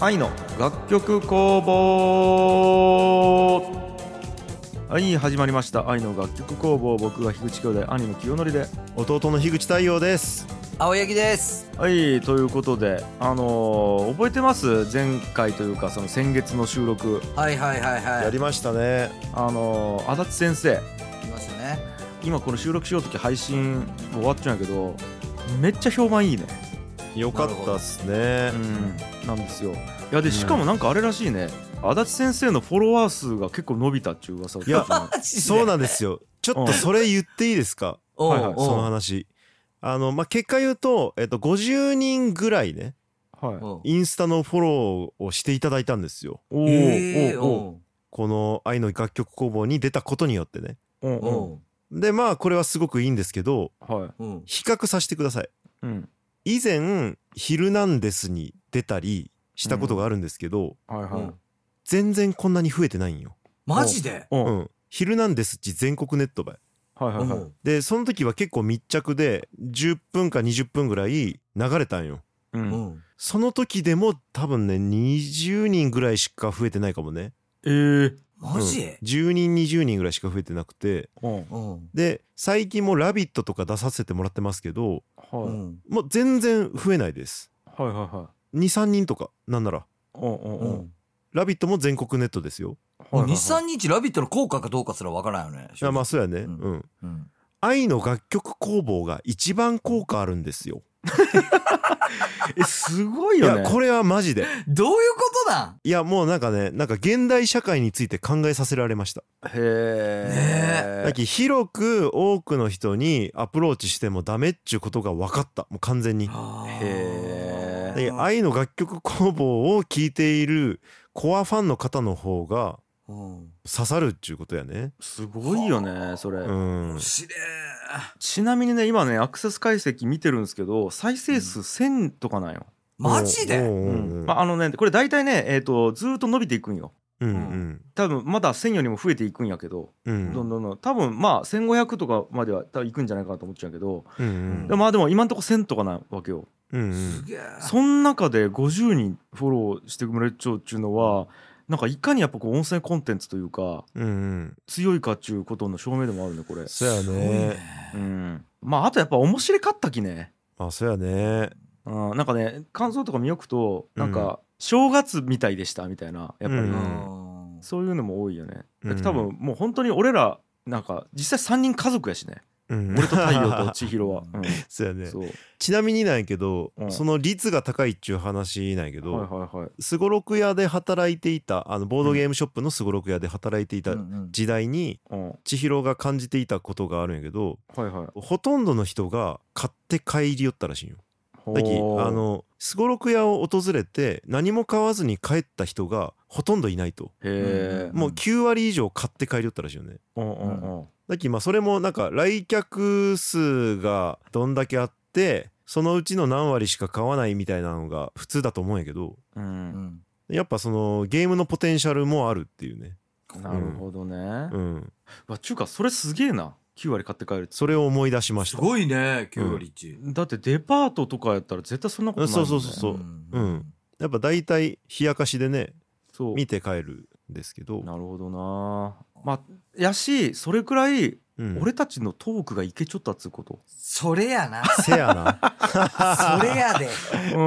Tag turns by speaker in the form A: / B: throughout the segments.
A: 愛の楽曲工房はい始まりました愛の楽曲工房僕が樋口兄弟兄の清則で
B: 弟の樋口太陽です
C: 青柳です
A: はいということであのー覚えてます前回というかその先月の収録
C: はいはいはいは
B: や
C: い
B: りましたね
A: あのー足立先生
C: きましたね
A: 今この収録しようとき配信もう終わっちゃうんやけどめっちゃ評判いいね
B: よかったっすね
A: うんなんですよいやでしかもなんかあれらしいね足立先生のフォロワー数が結構伸びたっていう噂を聞いたの
B: そうなんですよちょっ
A: うん
B: とそれ言っていいですか
C: おう
A: はいはい
B: その
C: おう
B: 話あのまあ結果言うと、えっと、50人ぐらいね
A: はい
C: おう
B: インスタのフォローをしていただいたんですよ
A: おお
C: ええ
A: おお
C: お
B: この「愛の楽曲工房」に出たことによってね
A: う
C: うお
B: でまあこれはすごくいいんですけど
A: んはい。
C: ううん
B: 比較させてください
A: うん。
B: 以前「ヒルナンデス」に出たりしたことがあるんですけど、
A: はいうは
C: ん
B: 全然こんなに増えてないんよ。
C: マジで
A: い。う。
B: うんん、ヒルナンデスっち全国ネットばい
A: はいはいはい。
B: でその時は結構密着で10分か20分ぐらい流れたんよ
A: う。
C: うんん
B: その時でも多分ね20人ぐらいしか増えてないかもね
A: ええ。
C: マジ
B: 10人20人ぐらいしか増えてなくて
A: うん。
C: うん
B: で最近も「ラビット!」とか出させてもらってますけど
C: う
A: はい。
C: ん
B: もう全然増えないです
A: はいはいは
B: 23人とかなんなら
A: い。うんうん
C: う
A: うん。
C: ん
B: 「ラビット!」も全国ネットですよ
A: はいはいはい
C: 二三日ラビットの効果かどうかすらわからんよね
B: いやまあそうやねう
C: うん
B: ん、
C: うん
B: 愛の楽曲工房が一番効果あるんですよ
A: え、すごい
B: い
A: よ
B: や
A: ね。
B: これはマジで
C: どういうことなん
B: いやもうなんかねなんか現代社会について考えさせられました
A: へ
B: だき広く多くの人にアプローチしてもダメっちゅうことが分かったもう完全にだ
A: へー
B: き
C: あ
B: 愛の楽曲工房を聴いているコアファンの方の方が
C: うん
B: 刺さるっちゅうことやね
A: え。すごいよね、それ。
B: うん
C: しれー
A: ちなみにね、今ね、アクセス解析見てるんですけど、再生数1000とかなんよ。
C: マジ
B: う
C: で
A: う
B: んうんうん
A: ん。まああのね、これ大体ね、えっと、ずーっと伸びていくんよ。
B: うんうん
A: 多分まだ1000よりも増えていくんやけど、
B: うん
A: どんどんどん。多分まあ1500とかまでは多分いくんじゃないかなと思っちゃうけど、
B: うんうん
A: でもまあでも今んとこ1000とかなわけよ。
B: うんう
C: す
B: ん
C: げえ
A: その中で50人フォローしてくれちゃうっていうのはなんかいかにやっぱこう音声コンテンツというか
B: うんうん
A: 強いかっちゅうことの証明でもあるねこれ。
B: そうや
C: すごい
B: ね
A: うん、まああとやっぱ面白かったきね。
B: まあそうやね
A: うん、なんかね感想とか見よくとなんか正月みたいでしたみたいなやっぱり、
B: う
C: うんん
A: そういうのも多いよね。
B: うん
A: 多分もう本当に俺らなんか実際3人家族やしね
B: 俺
A: 俺と太陽と千尋は。う
B: そうや
A: ん、
B: ね
A: そう
B: ちなみになんやけど
A: うん
B: その率が高いっちゅう話なんやけど
A: はいはいはい。
B: すごろく屋で働いていたあのボードゲームショップのすごろく屋で働いていた
C: うんうん
B: 時代に
A: うん、は
B: 千尋が感じていたことがあるんやけど
A: いはい。
B: ほとんどの人が買って帰り寄ったらしいんよ。だきあ
A: ほー
B: のすごろく屋を訪れて何も買わずに帰った人がほとんどいないと
A: へえ。
B: もううん9割以上買って帰り寄ったらしいよね。
A: うんうんうん。
B: だきまあそれもなんか来客数がどんだけあってそのうちの何割しか買わないみたいなのが普通だと思うんやけど
A: う、
C: うんん
B: やっぱそのゲームのポテンシャルもあるっていうね。
A: なるほどね。う
B: うん
A: わ、ちゅうか、それすげえな。9割買って帰るって。
B: それを思い出しまし
C: す
B: た
C: ごいね9割1
A: だってデパートとかやったら絶対そんなことないもん、ね。
B: そうそうそう
C: う
B: うんやっぱ大体冷やかしでね
A: そう
B: 見て帰るんですけど、
A: なるほどな。まあ、やし、それくらい
B: うん
A: 俺たちのトークがいけちょったっつう こと。
C: それやな
B: せや な
C: それやで
A: う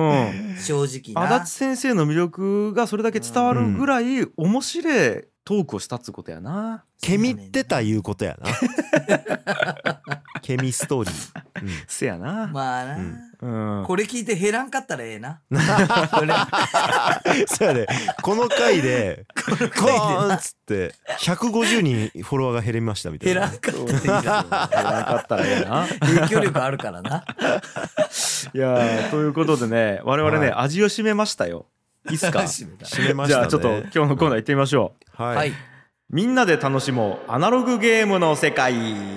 A: ん。
C: 正直
A: 足
C: な
A: 立先生の魅力がそれだけ伝わるぐらい面白いトークをしたっつうことやな。
B: ケミってたいうことやなケミストーリー、うん
A: せやな。
C: まあな、
B: うん
A: うん。
C: これ聞いて減らんかったらええなこ れ
B: そうやでこの回で
C: この
B: コ
C: 回で
B: ーン
C: な
B: っつって150人フォロワーが減りましたみたい
C: 減ら
B: なん
C: かった
A: そう
C: らええな
A: なかったらええな。
C: 影響力あるからな
A: いやーということでね我々ね、
B: は
A: 味を占めましたよいいっす か
C: 締めた
B: 締めまし
A: じ
B: た
A: ゃ
B: ね
A: あちょっと今日のコーナー行ってみましょう、
B: はい、
C: はい
A: みんなで楽しもうアナログゲームの世界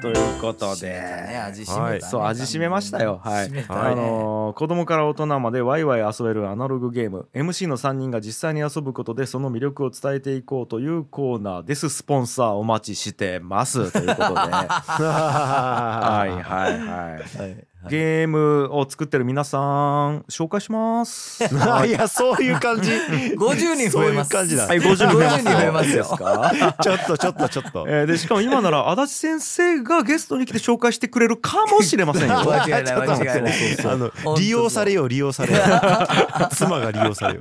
A: ということ
C: 締めたね
A: で
C: 味締めたね、
B: はい
A: そう味しめましたよはい
C: 締めたね
A: あのー子供から大人までワイワイ遊べるアナログゲーム MC の3人が実際に遊ぶことでその魅力を伝えていこうというコーナーですスポンサー お待ちしてますということではいはいはい。
C: はいはい
A: ゲームを作ってる皆さん紹介します。
B: あいやそういう 感じ
C: 50人増えます。
B: そういう感じだ
A: はい、50人増えますよ。
C: 50人増えますよ
A: いいですか
B: ちょっとちょっとちょっと
A: えーでしかも今なら足立先生がゲストに来て紹介してくれるかもしれませ んよ。
C: 間違いない
B: ちょっと
C: 間違いない。
B: あ
A: そう
B: の
C: 当そう
B: 利用されよう利用されよう妻が利用されよ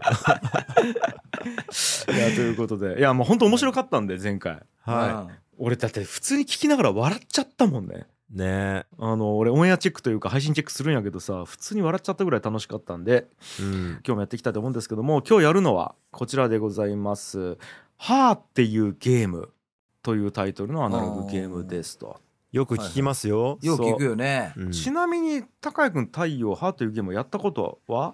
B: う
A: いやということでいやもう本当面白かったんで前回
B: は
A: 俺だって普通に聞きながら笑っちゃったもんね。
B: いね
A: あの俺オンエアチェックというか配信チェックするんやけどさ普通に笑っちゃったぐらい楽しかったんで
B: うん
A: 今日もやっていきたいと思うんですけども今日やるのはこちらでございます「はーっていうゲーム」というタイトルのアナログゲームですと。
B: よく聞きますよ
C: うん。よく聞くよね。
B: うん
A: ちなみに高谷君太陽はというゲームをやったことは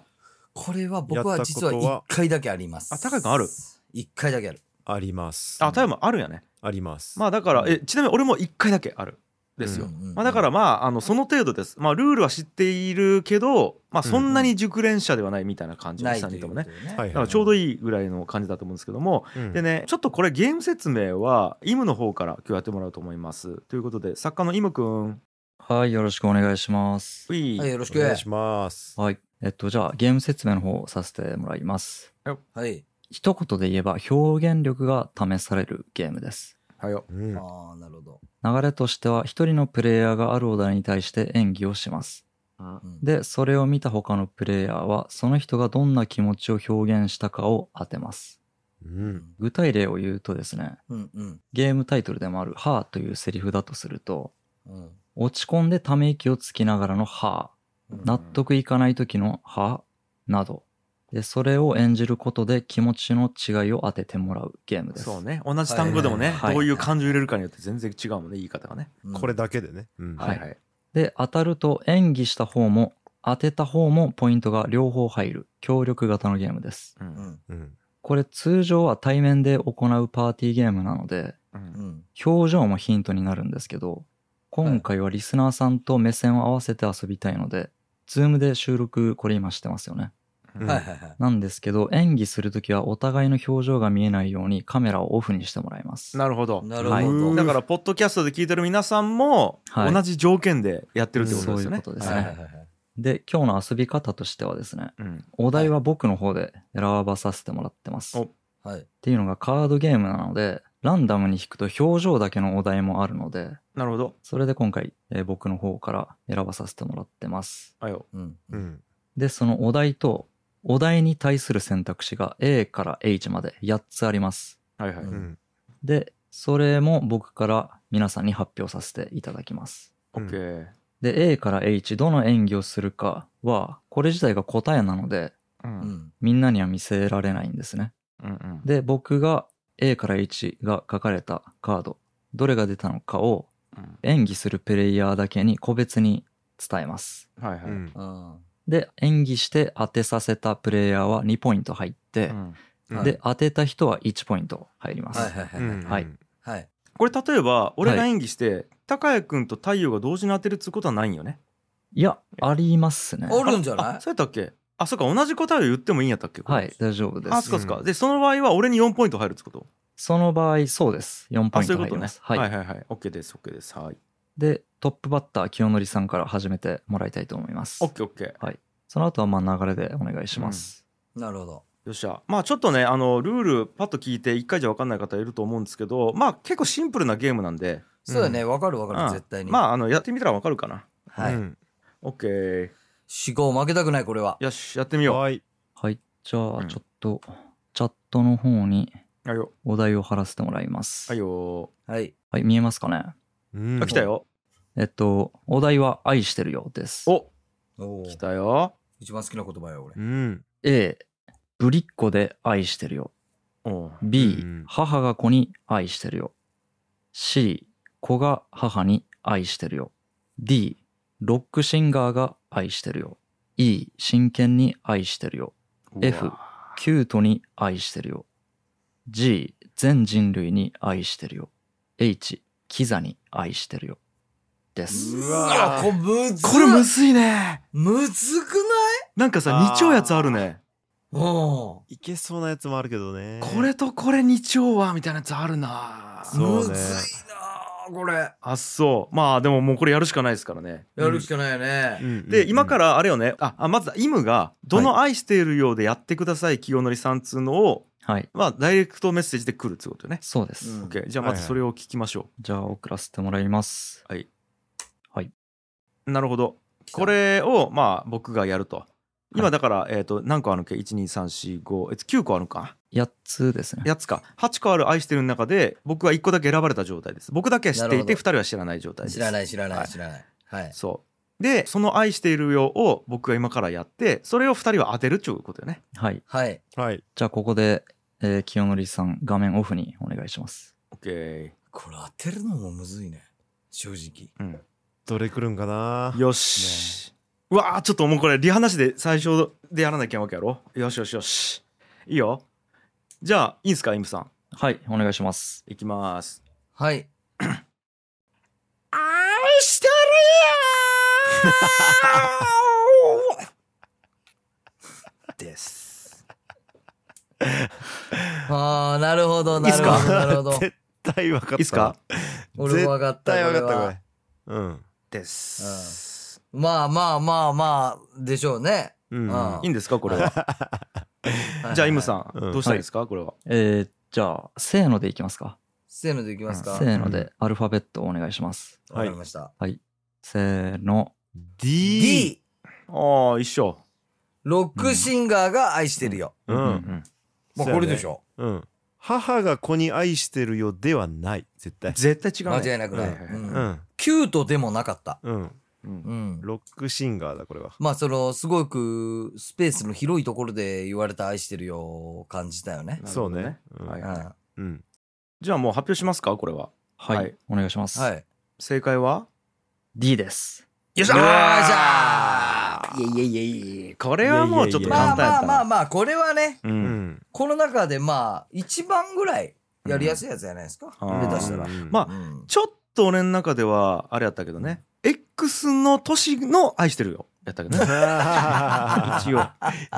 C: これは僕は
B: やったこ
C: 実
B: と
C: は
B: は
C: 1回だけあります。
A: あ高いのある
C: ?1 回だけある。
B: あります
A: あ太陽もあるやね
B: あります
A: まあだからえちなみに俺も1回だけあるですよ、
C: うんうんうん
A: まあ、だからまああのその程度ですまあルールは知っているけど、まあ、そんなに熟練者ではないみたいな感じの
C: ない
A: 3
C: とい
A: 人
C: う
A: と
C: こ
A: も
C: と
A: ね
C: で
B: は
A: だ
B: い
A: からちょうどいいぐらいの感じだと思うんですけども、
B: うん
A: でねちょっとこれゲーム説明はイムの方から今日やってもらうと思いますということで作家のイムくん
D: はい、よろしくお願いします。
A: うい
C: はい、よろし
B: お
C: く。
B: 願いします
D: はい。えっと、じゃあ、ゲーム説明の方をさせてもらいます。
C: はい。
D: 一言で言えば、表現力が試されるゲームです。
A: はよ
B: うん
C: ああ、なるほど。
D: 流れとしては、一人のプレイヤーがあるお題に対して演技をします。
C: うん
D: で、それを見た他のプレイヤーは、その人がどんな気持ちを表現したかを当てます。
B: うん
D: 具体例を言うとですね、
C: うんうん
D: ゲームタイトルでもある、はぁというセリフだとすると、
C: うん
D: 落ち込んでため息をつきながらのはぁ
C: うん
D: 納得いかない時の「は?」などでそれを演じることで気持ちの違いを当ててもらうゲームです
A: そうね同じ単語でもね、
D: はいはいはい
A: どういう感情を入れるかによって全然違うもんね言い方がね、
C: うん
B: これだけでねうん
D: はい
A: い
D: で当たると演技した方も当てた方もポイントが両方入る協力型のゲームです
A: う
C: うんん
B: うん
D: これ通常は対面で行うパーティーゲームなので
A: う
C: うんん
D: 表情もヒントになるんですけど今回はリスナーさんと目線を合わせて遊びたいので Zoom で収録これ今してますよね
A: うん
C: はいはいはい
D: なんですけど演技するときはお互いの表情が見えないようにカメラをオフにしてもらいます。
A: なるほど
C: なる
D: は
C: ほど
B: い
A: だからポッドキャストで聞いてる皆さんも
D: はい
A: 同じ条件でやってるってことですよね。
D: うんそういうことです
C: は
D: ね
C: い
A: は
C: はいい
A: は
C: はいい
D: で今日の遊び方としてはですね
A: うん
D: お題は僕の方で選ばさせてもらってます。
A: お
D: っ
C: はいはい
D: ていうのがカードゲームなのでランダムに引くと表情だけのお題もあるので
A: なるほど。
D: それで今回、えー僕の方から選ばさせてもらってます。
A: あよ。
C: うんう
B: う
C: ん
B: ん。
D: でそのお題とお題に対する選択肢が A から H まで8つあります。
A: はいはいう
B: ん
D: でそれも僕から皆さんに発表させていただきます。
A: オッケー。
D: で A から H どの演技をするかはこれ自体が答えなので
A: う
C: うん
A: うん
C: ん
D: みんなには見せられないんですね
A: うん。
D: で僕が A から H が書かれたカードどれが出たのかを
A: うん
D: 演技するプレイヤーだけに個別に伝えます
A: はいは
B: う
A: い。うん
B: ん
C: うん
D: で演技して当てさせたプレイヤーは2ポイント入って、
B: うん
D: で当てた人は1ポイント入ります、
C: はいはいは
B: う
C: いはい
B: ん
D: はい
C: はい
A: これ例えば俺が
D: はい
A: 演技して高谷君と太陽が同時に当てるっつうことはないんよね。
D: いやありますね
C: おるんじゃない
A: あそうやったっけあそうか同じ答えを言ってもいいんやったっけこれ
D: はい大丈夫です
A: あそうかそうか。
B: うん
A: でその場合は俺に4ポイント入るっつうこと
D: その場合そうです4ポ
A: あ
D: イン
A: そう
D: ト
A: いうこ
D: 入
A: と
D: り
A: ね
D: ま。す
A: はいはいはい。オッケーですオッケーです。はい。
D: でトップバッター清則さんから始めてもらいたいと思います
A: オッケーオッケー。
D: その後はまあ流れでお願いします、
C: なるほど
A: よっしゃまあちょっとねあのルールパッと聞いて1回じゃ分かんない方いると思うんですけどまあ結構シンプルなゲームなんで、
C: そうだねわかるわ
A: う
C: か
A: ん
C: る絶対に
A: まああのやってみたら分かるかな
C: は
B: う
C: い
B: ん
A: OK
C: 思考負けたくないこれは
A: よしやってみよう
B: はい
D: はいじゃ
A: う
D: あ
A: ん
D: ちょっとチャットの方に
A: はいよ
D: お題を貼らせてもらいます
A: はいよ
C: はい
D: はい見えますかね
B: うん
A: あ来たよ
D: えっとお題は「愛してるよ」です
A: お
C: おお
A: 来たよ
C: 一番好きな言葉よ俺
B: うん、
D: A ぶりっ子で愛してるよ
A: おう
D: B、
B: うん
D: 母が子に愛してるよ C 子が母に愛してるよ D ロックシンガーが愛してるよ E 真剣に愛してるよ F
A: うわ
D: キュートに愛してるよ G 全人類に愛してるよ H キザに愛してるよです
C: うわこれむず
A: これむずいね
C: むずく
A: なんかさ
B: あー
A: 2丁やつあるね
C: ないうん
B: いけそうなやつもあるけどね
A: これとこれ2丁はみたいなやつあるな
B: そうね
C: むずいなこれ。
A: あそうまあでももうこれやるしかないですからね
C: やるしかないよね。
A: で今かららあれよねああまずイムが「どの愛しているようでやってください清則さん」っつうのを
D: はい。
A: まあダイレクトメッセージで来るってことよね
D: そうです。
C: うん
A: OK じゃあまずそれを聞きましょ
D: じゃあ送らせてもらいます。
A: うなるほどこれをまあ僕がやると今だからえっと何個あるのっけ12345えっと9個あるのか
D: 8つですね。
A: 8つか8個ある愛してるの中で僕は1個だけ選ばれた状態です僕だけは知ってい
C: なる
A: て
C: ほど
A: 2人は知らない状態です
C: 知らない知ら
A: は
C: ないい知らない。はい。
A: そうでその愛しているよを僕が今からやってそれを2人は当てるっちゅうことよね
D: はい。
C: はい。
B: はい
D: じゃあここで、えー、清則さん画面オフにお願いします。
A: OK
C: これ当てるのもむずいね。正直。
A: うん
B: どれくるんかな
A: よし、うわーちょっともうこれリハなしで最初でやらなきゃわけやろよしよしよしいいよじゃあいいんすかイムさん
D: はい、お願いします。
A: いきます
C: はい。
A: 愛してるよです
C: ああ、なるほど、
A: いい
C: な
A: っす
C: る
A: か
C: ほど、なるほど。
B: 絶対分かった
A: いいっすか
C: 俺も分かっ
B: 絶
C: た。
B: 対分かった
C: こ
B: こ
C: れは
B: れうん
A: です、
C: まあまあまあまあ、でしょうね。
B: うん
C: あ
A: いいんですかこれは じゃあイムさ
C: ん。
A: ん、
B: うん
A: どうしたらいいですか、これは
D: えー、じゃあ、せーのでいきますか。
C: せーのでいきますか。
D: せーのでアルファベットをお願いします。
C: わかりました。
D: せーの。
B: D
C: D、
A: ああ一緒
C: ロックシンガーが愛してるよ。
B: うん
C: まあこれでしょ。
B: うん母が子に愛してるよではない絶対
A: 絶対違う、ね、
C: 間違いなくない
A: はは
C: うん
B: うん
C: キュートでもなかった。
B: うん
A: うん
C: うん。
B: ロックシンガーだこれは
C: まあその、すごくスペースの広いところで言われた愛してるよを感じたよね。
A: なる
B: そ
A: ほ
B: う
A: どね
B: ねうん
A: はい
C: うん
B: うん
A: じゃあもう発表しますかこれは
D: はい、
A: はい
D: お願いします。
C: はい。
A: 正解は
D: D です。
A: よ
C: しょ
A: ー
C: よ
A: いやいやいやいやこれはもうちょっと
C: ま
A: 簡
C: あ
A: 単や
C: ま
A: っ
C: あ
A: た
C: まあ
A: な
C: まあ、これはね、
A: う
B: うんん
C: この中でまあ、一番ぐらいやりやすいやつじゃないですか。
A: うん
C: 下手したら。
B: うん
A: まあ
C: うん
A: ちょっと俺の中ではあれやったけどね X の年の愛してるよやったけどね 一応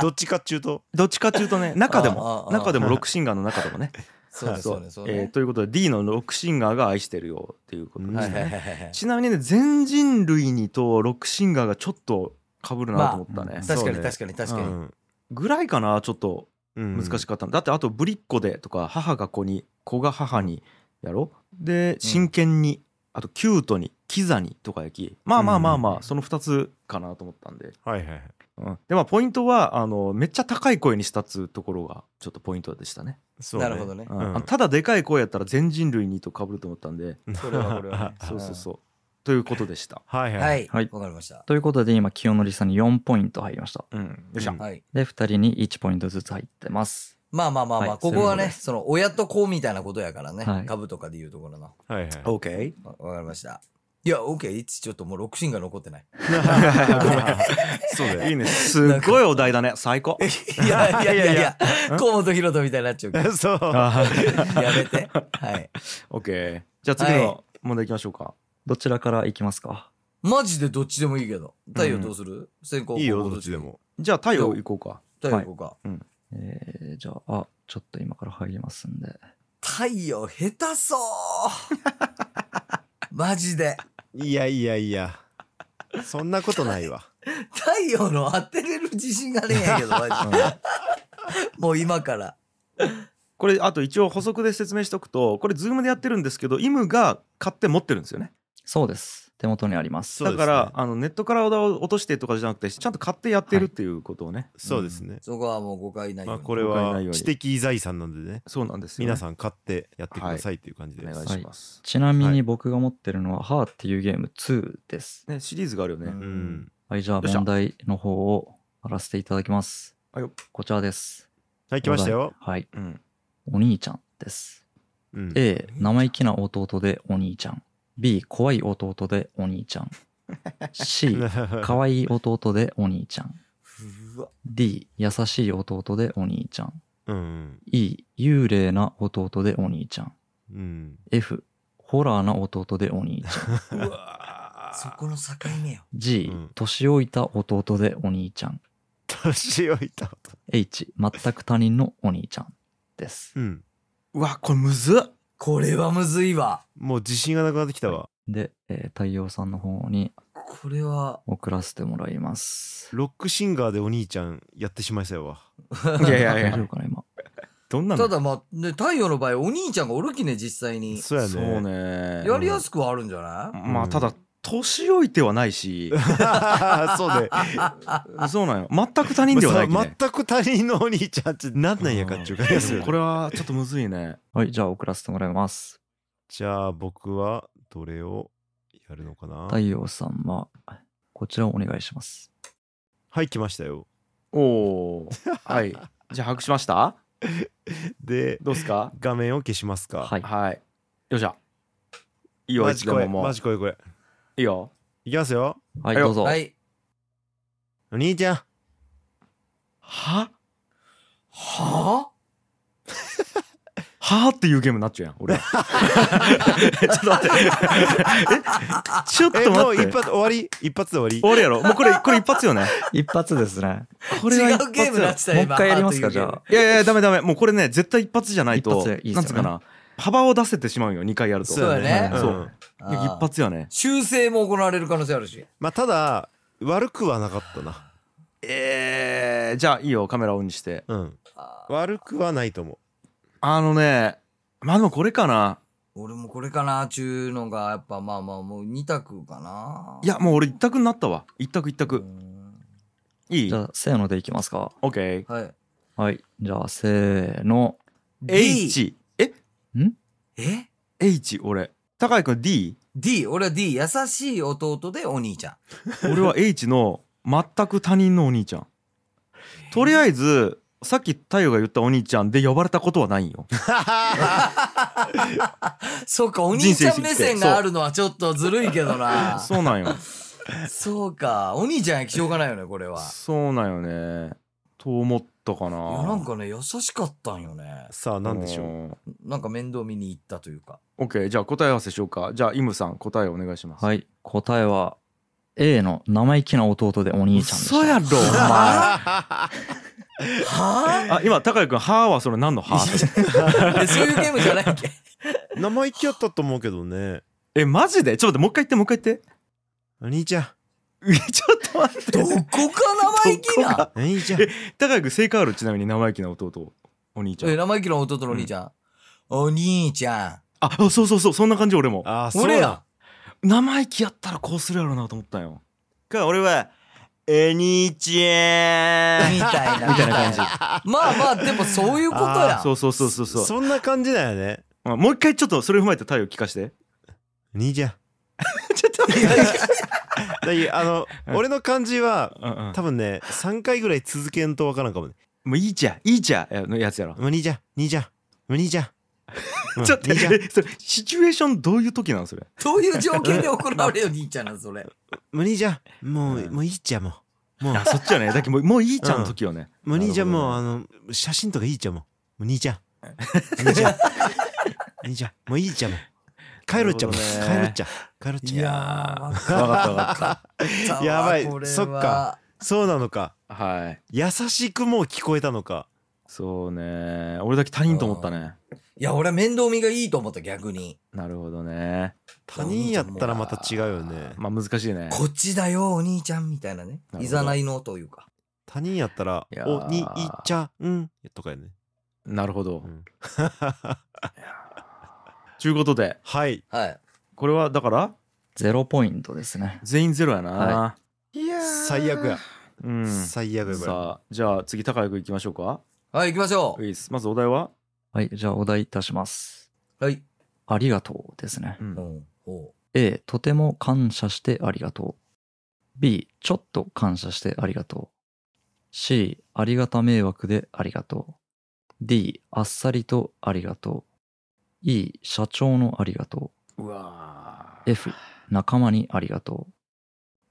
B: どっちかっちゅうと
A: どっちかっていうとね中で
C: ああ
A: も
C: ああ
A: 中でもロックシンガーの中でもね
C: そうですそうですそう
A: えー
C: です。
A: ということで D のロックシンガーが愛してるよっていうことで
B: ー
C: は
A: し
C: い
A: た
C: はい
A: ね
C: はいはい。
A: ちなみにね全人類にとロックシンガーがちょっと被るなと思ったね
D: まあ
C: 確か
B: そう
C: に
B: ね
C: 確かに確か
B: う
C: に。
B: ん
A: ぐらいかなちょっと
B: うん
A: 難しかったの、だってあと「ぶりっ子で」とか「母が子に」「子が母に」やろで「真剣に」あと「キュートに」「キザに」とかやきまあまあまあまあ、
B: うん
A: その2つかなと思ったんで、
B: はいはいはい
A: うん、でまあポイントはあのめっちゃ高い声にしたっつうところがちょっとポイントでしたね
B: そうね
C: なるほどね
A: う。
B: ん
A: んあのただでかい声やったら全人類にと被ると思ったんで。
C: それはこれはね
A: そうそうそうということでした
B: はい
C: うん
B: はい
C: はい。
D: はい
C: わかりました。
D: ということで今、清則さんに4ポイント入りました。
A: うんよっしゃ、
B: うん
C: はい。
D: で、2人に1ポイントずつ入ってます。
C: まあまあまあま
D: は
C: あ、
D: い
C: ここは
D: そういうことで
C: ね、その親と子みたいなことやからね
D: はい。
C: 株とかで言うところの。
B: はいはい
A: オッケ
C: わわかりました。いや、OK、いちちょっともう6シーンが残ってない。
A: そうだよいいねすっごいお題だね最高
C: いやいやいやいや
A: ん、
C: 河本ロ人みたいになっちゃうけど。
B: そう
A: あ
C: やめて。はい。
A: オッケーじゃあ次の問題いきましょうか、
D: どちらからいきますか
C: マジでどっちでもいいけど。太陽どうする先行
B: いいよ
C: 後攻
B: どっちで。も
A: じゃあ太陽行こうか
C: 太陽行こうか。
D: えー、じゃあ、あ、ちょっと今から入りますんで。
C: 太陽下手そうマジで。
B: いやいやいやそんなことないわ
C: 太陽の当てれる自信がねえんやけど、マジで。もう今から。
A: これあと一応補足で説明しとくとこれズームでやってるんですけどイムが買って持ってるんですよね
D: そうです。手元にあります。
B: そう
A: だ
B: ですね
A: から、あのネットから落としてとかじゃなくてちゃんと買ってやってるっていうことをね、
B: そうですね
C: そこはもう誤解ない
B: ま
C: よう
B: あ
C: に。
B: これ
A: 誤解な
B: はい
A: ように
B: 知的財産なんでね
A: そうなんですよ、ね、
B: 皆さん買ってやってくださいっていう感じで
A: お
B: す
A: 願いします、
D: ちなみ
B: は
D: に
B: い
D: 僕が持ってるのは、はーっていうゲーム2です。
A: ねシリーズがあるよね、
C: うん
B: うん
D: はい、じゃあ
A: よっしゃ
D: 問題の方を貼らせていただきます。
A: はいよ
D: こちらです。
B: はい来ましたよ
D: お題。はい。
A: うん
D: お兄ちゃんです。
B: うん
D: A、生意気な弟でお兄ちゃん。B、怖い弟でお兄ちゃん。C、可愛い弟でお兄ちゃん。
C: うわ
D: D、優しい弟でお兄ちゃん。
B: うん、
D: E、幽霊な弟でお兄ちゃん。
B: うん、
D: F、ホラーな弟でお兄ちゃん。
A: うわ
C: そこの境目よ。
D: G
B: うん、
D: 年老いた弟でお兄ちゃん。
B: 年老いたこと
D: H、全く他人のお兄ちゃんです。
B: うん
A: うわこれむずっ
C: これはむずいわ。
B: もう自信がなくなってきたわ。
D: で、えー太陽さんの方に
C: これは、
D: 送らせてもらいます。
B: ロックシンガーでお兄ちゃんやってしまいそうやわ。
A: いやいやい
D: 大丈
A: や
D: 夫、かな、今。
A: どんなの
C: ただまあ、ね、太陽の場合、お兄ちゃんがおるきね、実際に。
B: そうやね。
A: そうね。
C: やりやすくはあるんじゃない
A: まあ、ただ、年老いてはないし、
B: そうね。
A: そうなんよ。全く他人ではないき
B: まあ
A: ね。
B: 全く他人のお兄ちゃんってなんなんやかっちゅう感じがするよね
A: これはちょっとむずいね。
D: はい、じゃあ送らせてもらいます。
B: じゃあ僕はどれをやるのかな
D: 太陽さんは、こちらをお願いします。
B: はい来ましたよ
A: おおー。はい。じゃあ、把握しました
B: で
A: どうっすか
B: 画面を消しますか
D: はい。
A: はい。よっしゃ。いいよ、
B: マ
A: い
B: ジ
A: つで
B: これ
A: ももう
B: マ。ジこれこれ
A: いいよ。
B: いきますよ
D: はい、
A: はい
D: どうぞ。
C: はい。
B: お兄ちゃん
A: は
C: は
A: はーっていうゲームになっちゃうやん、俺。ちょっと待って。えちょっ
B: え
A: と
B: もう
A: 待っ
B: 一
A: て。
B: 発終わり一発で終
A: 終
B: わ
A: わるやろもうこれ、これ一発よね。
D: 一発で すね。
A: こ
C: あ
A: れは一
C: 違う
A: 発
C: ゲームにな
A: よ
C: ってた
D: もう一
C: 今
D: 回やります
C: ハ
D: か、
C: ート
D: じ
C: いうゲー
D: ゃ
C: ム
D: あ。
A: いやいや、ダメダメ。もうこれね、絶対一発じゃない
D: 一
A: と
D: 発でいいっすよ、ね
A: なんつうかな。幅を出せてしまうよ、2回やる
B: り
A: と。
C: そうやね
A: そ
B: そううん
A: いや
C: あー
A: 一発やね。
C: 修正も行われる可能性あるし。
B: まあただ悪くはなかったな
A: えー、じゃあいいよ、カメラオンにして。
B: うん
C: あー
B: 悪くはないと思
A: あのね、まあでもこれかな。
C: 俺もこれかな、ちゅうのが、やっぱまあまあ、もう2択かな。
A: いや、もう俺一択になったわ。一択一
C: う
A: 択。
C: ん、
A: いい
D: じゃあ、せーのでいきますか。
A: オッケー。
C: はい。
D: はい。じゃあ、せーの。
C: D。
A: H。え
C: え
A: ?H、俺。高井くん D?
C: D。俺は D。優しい弟でお兄ちゃん。
A: 俺は H の全く他人のお兄ちゃん。とりあえず、さっき太陽が言ったお兄ちゃんで呼ばれたことはないんよ。
C: そうか、お兄ちゃん目線があるのはちょっとずるいけどな。そ
A: そうなんよ。
C: うか、お兄ちゃんやきしょうがないよね、これは。
A: そうなんよね。と思ったか
C: い
A: な。
C: や、なんかね、優しかったんよね
B: う。さあ何でしょう
A: う。
C: なんか面倒見に行ったというか。
A: オッケー、じゃあ答え合わせしようか。じゃあイムさん答えお願いします。。
D: はいい。答えは、A の生意気な弟でお兄ちゃんでした。
A: 嘘やろ、お前。
C: は
A: あ、今高井君、はーはそれ何のはー
C: ぁえそういうゲームじゃないっ け
B: 生意気やったと思うけどね
A: え、マジでちょっと待って、もう一回言って、も
B: お兄ちゃん
A: う一回言って。ちょっと待って。
C: どこか生意気な。
B: お兄ちゃん
A: 高井君、正解あるちなみに生意気な弟、お兄ちゃ
C: え、
A: ん。
C: 生意気な弟のお兄ちゃん。お兄ちゃ
A: あ、そうそうそう、そんな感じ俺も。
B: ああ
C: ん。
B: そう
C: 俺
B: や
C: や。
A: 生意気やったらこうするやろなと思ったんよ。か、俺は、えにーち
C: み
A: ゃーん。
C: たいな。
A: みたいな感じ。
C: まあまあ、でもそういうことや。
A: そうそうそうそうそう。
B: そんな感じだよね
A: まあもう一回ちょっとそれを踏まえて太陽聞かして。
B: お兄ちゃん
A: ちょっと待って。
B: だいあの俺の感じは
A: うんうん
B: 多分ね3回ぐらい続けんとわからんかもね
A: もういいじゃん、いいじゃんのやつやろ。
B: もう兄ちゃん兄ちゃんもう兄ちゃんうん
A: ちょっと
B: 兄ちゃん
A: 待 って、それ、シチュエーションどういう時なんそれ。
C: どういう条件で怒られるお兄ちゃんなん、それ。
B: もう兄ちゃんも
A: う
B: うんもういいちゃんもうも
A: あ、そっちは ね。だけどもう、もういいちゃんの時よね。
B: うもう兄ちゃん
A: なる
B: もう
A: ほ
B: あの写真とかいいちゃんもうもう兄 ちゃん兄ちゃん 兄ちゃんもういいちゃんも帰ろっちゃんもう
A: なるほ
B: 帰
A: どね
B: ろっちゃん帰ろっちゃん
C: やー、
A: わかったわかっ
B: やばいそっか。そうなのか
A: た。はい。
B: 優しくもう聞こえたのか
A: そうね。俺だけ他人と思ったね。
C: いや、俺は面倒見がいいと思った、逆に。
A: なるほどね。
B: 他人やったらまた違うよね
A: まあ難しいね。
C: こっちだよ、お兄ちゃんみたいなね
A: ほ。ど
C: いざないのというか。
B: 他人やったら
A: いや
B: 「
A: ー
B: おにいちゃん」とかやね
A: なるほど
B: う。ん
A: ちゅうことで、
B: はい
C: はい。
A: これはだから、
D: ゼロポイントですね。
A: 全員ゼロやな。、
D: はい
A: やー
B: 最悪や。
A: うん。さ
B: 最悪やこれ
A: あ、じゃあ次、高谷君行きましょうか。
C: はい、行きましょ
A: ウィスまずお題は
D: はい。じゃあ、お題いたします。
C: う。はい。
D: ありがとうですね
A: う。ん。
C: ん。おう
D: A、とても感謝してありがとう。B、ちょっと感謝してありがとう。C、ありがた迷惑でありがとう。D、あっさりとありがとう。E、社長のありがと
A: うわ
D: う。F、仲間にありがとう。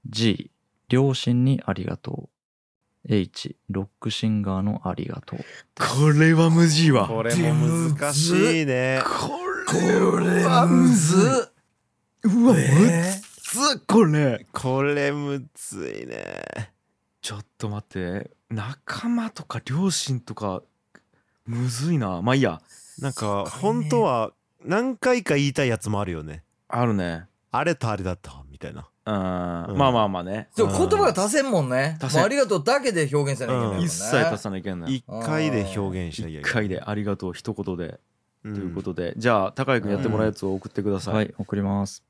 D: G、両親にありがとう。H、ロックシンガーのありがとう。
A: これは無事わ。
B: これも難しいね
C: これはむずっ
A: うわ、む
C: え
A: つこれ。
B: これむずいね
A: ちょっと待って仲間とか両親とかむずいなまあいいや
B: なんか
C: そうかね
B: 本当は何回か言いたいやつもあるよね
A: あるね
B: あれとあれだったわみたいな
A: うんまあ
B: うん
A: まあまあね
C: でも言葉が足せんもんね。
A: 足せん
C: もうありがとうだけで表現せなきゃいけないもんね。
A: 一切足さなきゃいけない
B: 一回で表現しなきゃ
A: 一
B: いけない
A: 回でありがとう一言で
B: と
A: ということでじゃあ高井君やってもらうやつを送ってくださ
D: はいい、送ります。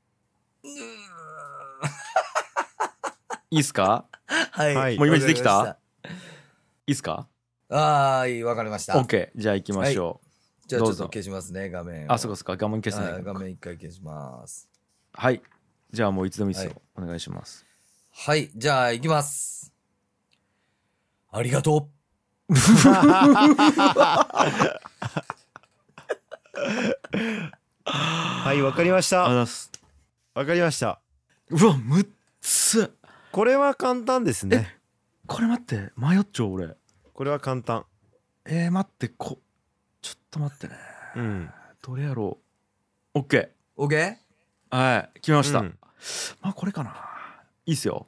A: いいっすか
C: はい。
B: はい
A: もうイメージできた
C: わか
A: いいっすか
C: りましたはーい、わかりました。
A: OK じゃあ行きましょ
C: じゃあち
A: ど
C: ょ
A: う
C: っと
A: ぞ
C: 消しますね、画面
A: う
C: を。
A: あそうかそうか我慢消せな
C: はいい
A: か
C: 画面一回消します。
A: はいじゃあもういつでもいいっすよお願いします
C: はい、じゃあ行きます。ありがと
B: はいわかりまし
A: あ
B: た
A: ざっす
B: わかりました
A: うわ6つ
B: これは簡単ですね
A: これ待って迷っちゃう俺
B: これは簡単
A: えー、待ってこちょっと待ってね
B: うん
A: どれやろう OK
C: う。OK?
A: はい決めました、
B: うん
A: まあこれかないいっすよ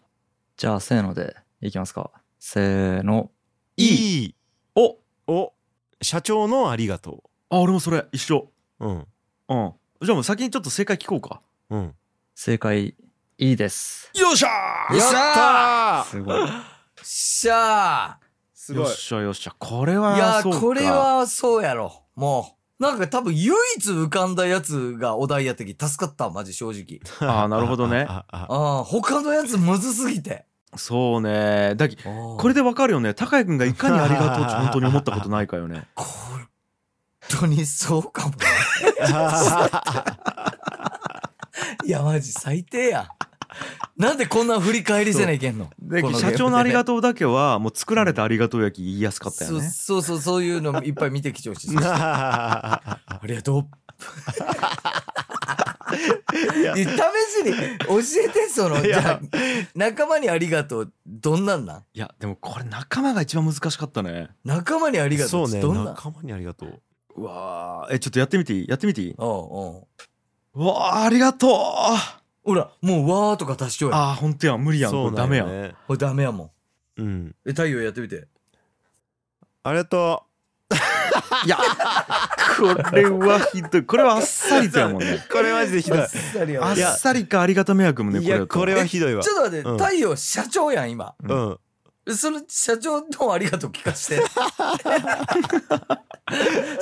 D: じゃあ、せーのでいきますか。せーの。
A: いい
B: いい
A: お
B: お社長のありがと
A: あ俺もそれ一緒
B: ううん
A: うんじゃあもう先にちょっと正解聞こうか
B: うん
D: 正解、いいです。
A: よっしゃ
C: よっしゃー
B: あ
D: すごい。
C: よっしゃ
B: す
A: よっしゃよっしゃこれ
C: ー
A: はい
C: や
A: そう
C: ー、
A: か
C: これはそうやろ。もう。なんか多分唯一浮かんだやつがお題やったき助かった、マジ正 直。
A: あーなるほど ね
B: あああ
C: ああ、他のやつむずす ぎて。
A: そうねだきこ
C: こ
A: れでわかるよね高井君がいかにありがとうって本当に思ったことないかよね
C: 本当にそうかも ね。 いや、マジ最低や。なんでこんな振り返りせないけんの
A: で
C: このゲーム
A: 社長のありが
C: と
A: とうだけはもう作られたありがとうやき言いやすかったよね
C: そうそうそう、そういうのいっぱい見てき てほしい。ありがとう。
B: いや
C: 試しに教えて、その、
B: い
C: じ
B: や
C: ゃあ、仲間にありがとう、どんなんなん
A: いやでもこれ仲間が一番難しかったね
C: 仲間にありがと
B: そううね
C: どんなん
B: 仲間にありがとう
A: うわーえちょっとやってみていいやってみていい
C: おうおう
A: うわーありがとう
C: ほら、もうわーとか足しちゃうやん。
A: あー本当やん無理やん
B: そ
A: これ
B: うな
A: ダ
B: ん
A: メ
B: よ
A: や
B: ね
A: ん
C: これダメやもん。
B: うん
C: え、太陽やってみて。
B: ありがと
A: いやこれはひどいこれはあっさりとやもんね
B: うこれマジでひどい
C: あっさりや
A: あ
C: わ
A: っ
C: いや
A: さりかありがた迷惑もね
B: い
A: これ
B: や
A: だ
B: ことれはひどいわ
C: ちょっと待って、
B: うん
C: 太陽社長やん、今。
B: う
A: うん
B: ん
C: その社長のありがとう聞か して。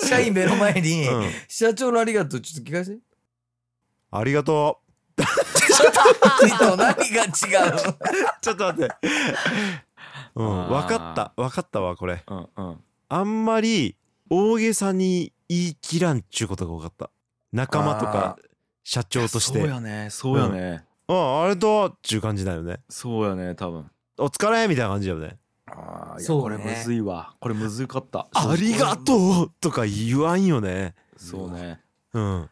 C: 社員目の前に、
B: うん
C: 社長のありがとうちょっと聞かせて。
B: ありがと
C: ちょっと待って何が違う
B: う ちょっと待ってうん
A: あー
B: わかったわかったわこれ
A: うんうん
B: あんまり大げさに言い切らんっちゅうことが多かった仲間とか社長とし
A: そ
B: て
A: うやねそうやね、
B: うんありがとうっちゅう感じだよね
A: そうやね多分
B: お疲れみたいな感じだよね
A: ああ、いや
C: そう
A: これ
C: ね
A: むずいわ。これむずかった。
B: ありがとうとか言わんよね
A: そうね。
B: うん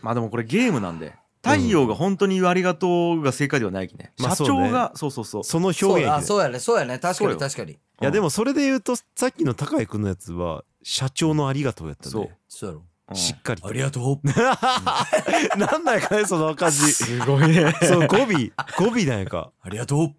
A: まあでもこれゲームなんで、太陽が本当に言うありがとうが正解ではないきね。
B: まあ
A: 社
B: そう
A: 長
B: ね
A: が、そうそうそう。
B: その表
C: そうあ
B: 現やけど
C: そうやね、そうやね。確か
A: そう
C: に
A: よ
C: 確かに。
B: いやでもそれで言うとさっきの高井君のやつは社長のありがとうやった
A: そう
B: ね
C: そうやろ。
A: うん、
B: しっかりと
C: ありがとう。
B: なんだかねその感じ
A: すごい ね。
B: そう語尾語尾なんやか
C: ありがとう。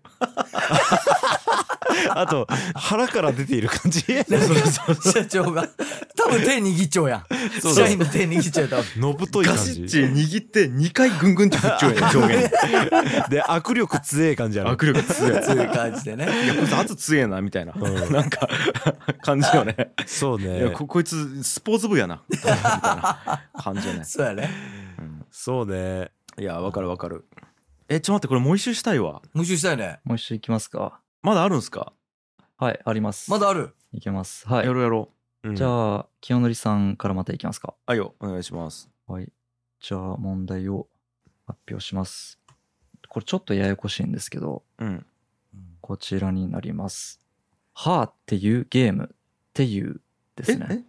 B: あと腹から出ている感じ
C: 社長が。多分手握っちゃうや
B: そ
C: ん。
B: うそう
C: 社員の手握っちゃう多分。
B: のぶとい
A: ガ
B: 感
A: シッチ
B: じ
A: 握って2回ぐんぐんって振っちゃうやん、上 下に。
B: で握力強え感じやろ
A: 握力強い。
C: そういう感じでね。
A: いや、こいつ圧強えな、みたいな。
B: ん
A: なんか、感じよね。
B: そう
A: い
B: ね
A: やこ、こいつスポーツ部やな。みたいな感じよね。
C: そうやね。
A: うん
B: そうね
A: いや、わかるわかる。え、ちょっと待って、これもう一周したいわ。
C: 無視したいね。
D: もう一周いきますか。
A: まだあるんすか
D: はい、あります。
C: まだある。
D: いけます。はい
A: や。ろうやろう。
B: うん
D: じゃあ、清則さんからまたいきますか。
A: あいよ、お願いします。
D: はい。じゃあ、問題を発表します。これちょっとややこしいんですけど、
A: うん。
D: こちらになります。はーっていうゲームっていうですね。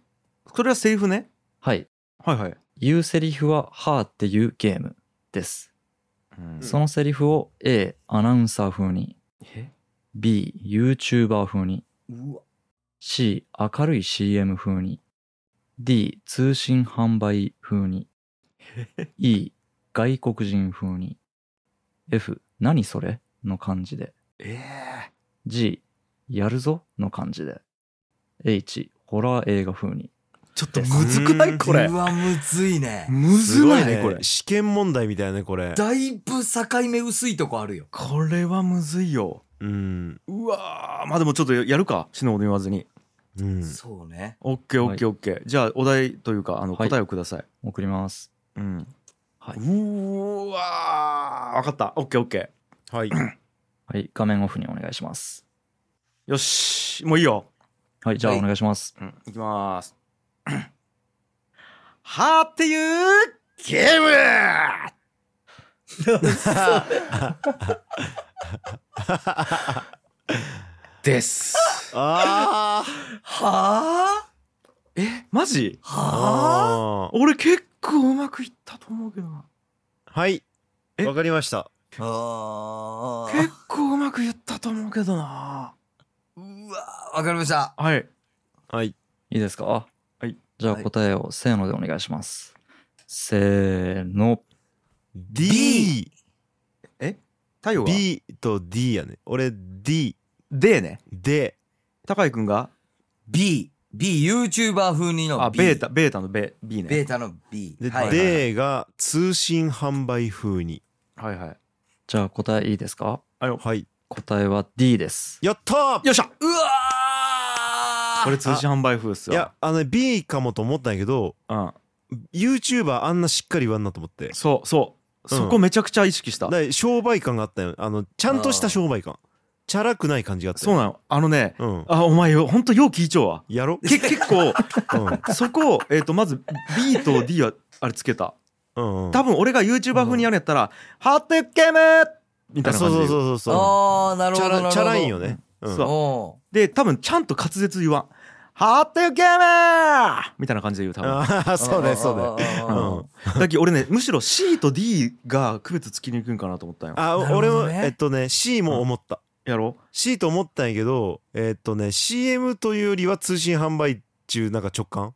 A: それはセリフね
D: はい。
A: はいはい、
D: 言うセリフははーっていうゲームです。
A: うん
D: そのセリフを A、アナウンサー風に、
A: え
D: B、YouTuber 風に、
C: うわ。
D: C、明るい CM 風に、D、通信販売風に、E、外国人風に、F、何それの感じで、
A: え
D: G、やるぞの感じで、H、ホラー映画風に。
A: ー、ちょっとむずくな
B: う
A: い
B: ん
A: これ
C: う。わ、むずいね。
A: むず
B: すご
A: ないい
B: ね
A: これ。
B: 試験問題みたいねこれ
C: だいぶ境目薄いとこあるよ。
A: これはむずいよ。
B: うん
A: うわーまあでもちょっとやるか死のこと言わずに。
B: うん
C: そうね。
A: オッケーオッケーオッケー。じゃあお題というかあの
D: はい
A: 答えをください。
D: 送ります。
A: うん。
D: はいう
A: ーわーわかった。オッケーオッケー。
B: はい
D: はい、画面オフにお願いします。
A: よしもういいよ。
D: はい、じゃあ
C: は
D: お
C: い
D: 願いします。
A: うん、いきまーす。 はーっていうゲームです。
B: あ
C: は
B: ー
C: あ
A: え、マジ
C: はあ
B: あー
A: 俺結構うまくいったと思うけどな。
B: はい
A: え
B: わかりました
C: あ
A: 結
C: ー
A: 構うまくいったと思うけどな。
C: うわ、わかりました。
A: はい。
B: はい
D: いいですか
A: はい。
D: じゃあ
C: はい
D: 答えをせーのでお願いします。せーの。
B: DB
A: 太陽が。
B: と D やね俺 D
A: D ね。
B: で
A: 高井くんが、
C: B。B、YouTuber 風にの B。
A: あ、ベータ、。ベータのベ B
C: ベ
A: ね。
C: ータの B。
B: で
C: はい
B: D が通信販売風に
A: はいはい。
D: じゃあ答えいいですか
A: あよ。
B: はい
D: 答えは D です。
B: やったー
A: よっしゃ
C: うわー
A: これ通信販売風っす
B: い
A: よ。
B: やあのね B かもと思ったんやけど
A: うん。
B: YouTuber あんなしっかり言わんなと思って
A: そうそう。
B: うん
A: そこめちゃくちゃ意識した。
B: だから商売感があったよあのちゃんとした商売感チャラくない感じがあった
A: そう
B: よ
A: なの。あのね、
B: うん
A: あ、お前よ、ほんとよう聞いちゃう わ。
B: やろ
A: け結構、
B: うん
A: そこを、えっ、と、まず B と D は、あれつけた。
B: うんうん
A: 多分俺が YouTuber 風にやるんやったら、ハッテゲームみたいな
B: そ
A: 感
B: う
A: じで
B: そ
A: 言
B: う
A: う。
B: そうそ
C: あー、な
B: う
C: る
B: チ
C: ほ
B: ャ
C: ど。なるほど
B: ラチャラいんよ。ねうん
A: そう
C: お
A: で、多分ちゃんと滑舌言わん。ハッテゲームみたいな感じで言う、多分。
B: ああ
C: う
B: そうねそうね
C: ね
B: うん
A: だっけ俺ね、むしろ C と D が区別つきにくいんかなと思ったんよ。
B: あ
C: なるほ
B: 俺
C: どね
B: もえっとね C も思った
A: やろ
B: C と思ったんやけどえっとね CM というよりは通信販売中なんか直感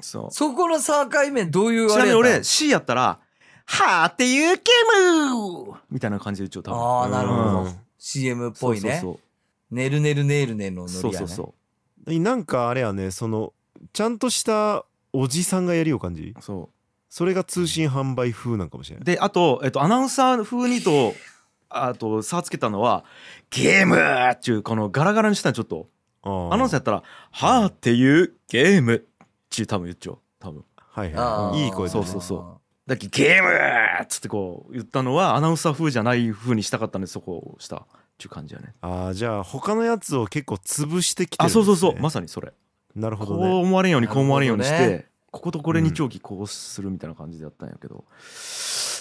A: そう。
C: そこの境目どういう
A: ち
C: あ
A: なみに
C: れやった
A: 俺 C やったら、はーっていうゲームみたいな感じで言うちょ、多分。
C: ああなるほど、
B: うん
C: CM っぽいね
A: そう
C: ねるねるねるねの
A: そ
C: ノ
A: うそうそう
C: リやね
A: そう
B: なんかあれやねそのちゃんとしたおじさんがやるよ感じ
A: そ
B: それが通信販売風なんかもしれ
A: う
B: ない
A: であと、えっと、アナウンサー風にとあと差つけたのは「ゲーム!」っていうこのガラガラにしたのちょっと
B: あー
A: アナウンサーやったら「はあ」っていうゲームっていう多分言っちゃう多分
B: はい
C: あ
B: は
C: ー
B: いいい声だ
A: そ
B: ね
A: うそうそだっけゲーム!」っつってこう言ったのはアナウンサー風じゃない風にしたかったんでそこをしたっていう感じやね
B: ああじゃあ他のやつを結構潰してきてるん
A: あ
B: です、ね、
A: そうそうそうまさにそれ
B: なるほ
A: こ
B: ど
A: う
B: ね
A: 思われんようにこう思われんようにし
C: なる
A: て、
C: ほど
A: こことこれに長期こうするみたいな感じでやったんやけど、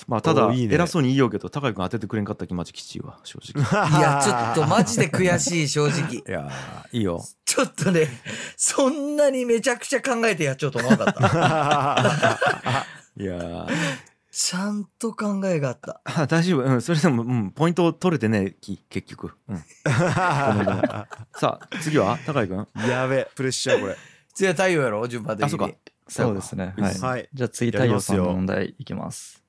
A: まあた
B: お
A: だ
B: ーいいね
A: 偉そうに言いようけど高井君当ててくれんかった気まちきちいわ正直
C: いやちょっとマジで悔しい 正直
A: いやいいよ
C: ちょっとねそんなにめちゃくちゃ考えてやっちゃうと思わな かった
A: いや
C: ちゃんと考えがあった
A: ー大丈夫、うん、それでも、うん、ポイント取れてねき結局、うん、さあ次は高井君
B: やべえプレッシャーこれ
C: じゃあ太陽やろ順番的に
A: あそうか
D: そうですね。
A: そうか
D: はい
A: いいっ。す
B: はい、
D: じゃあ次、太陽さんの問題いきます。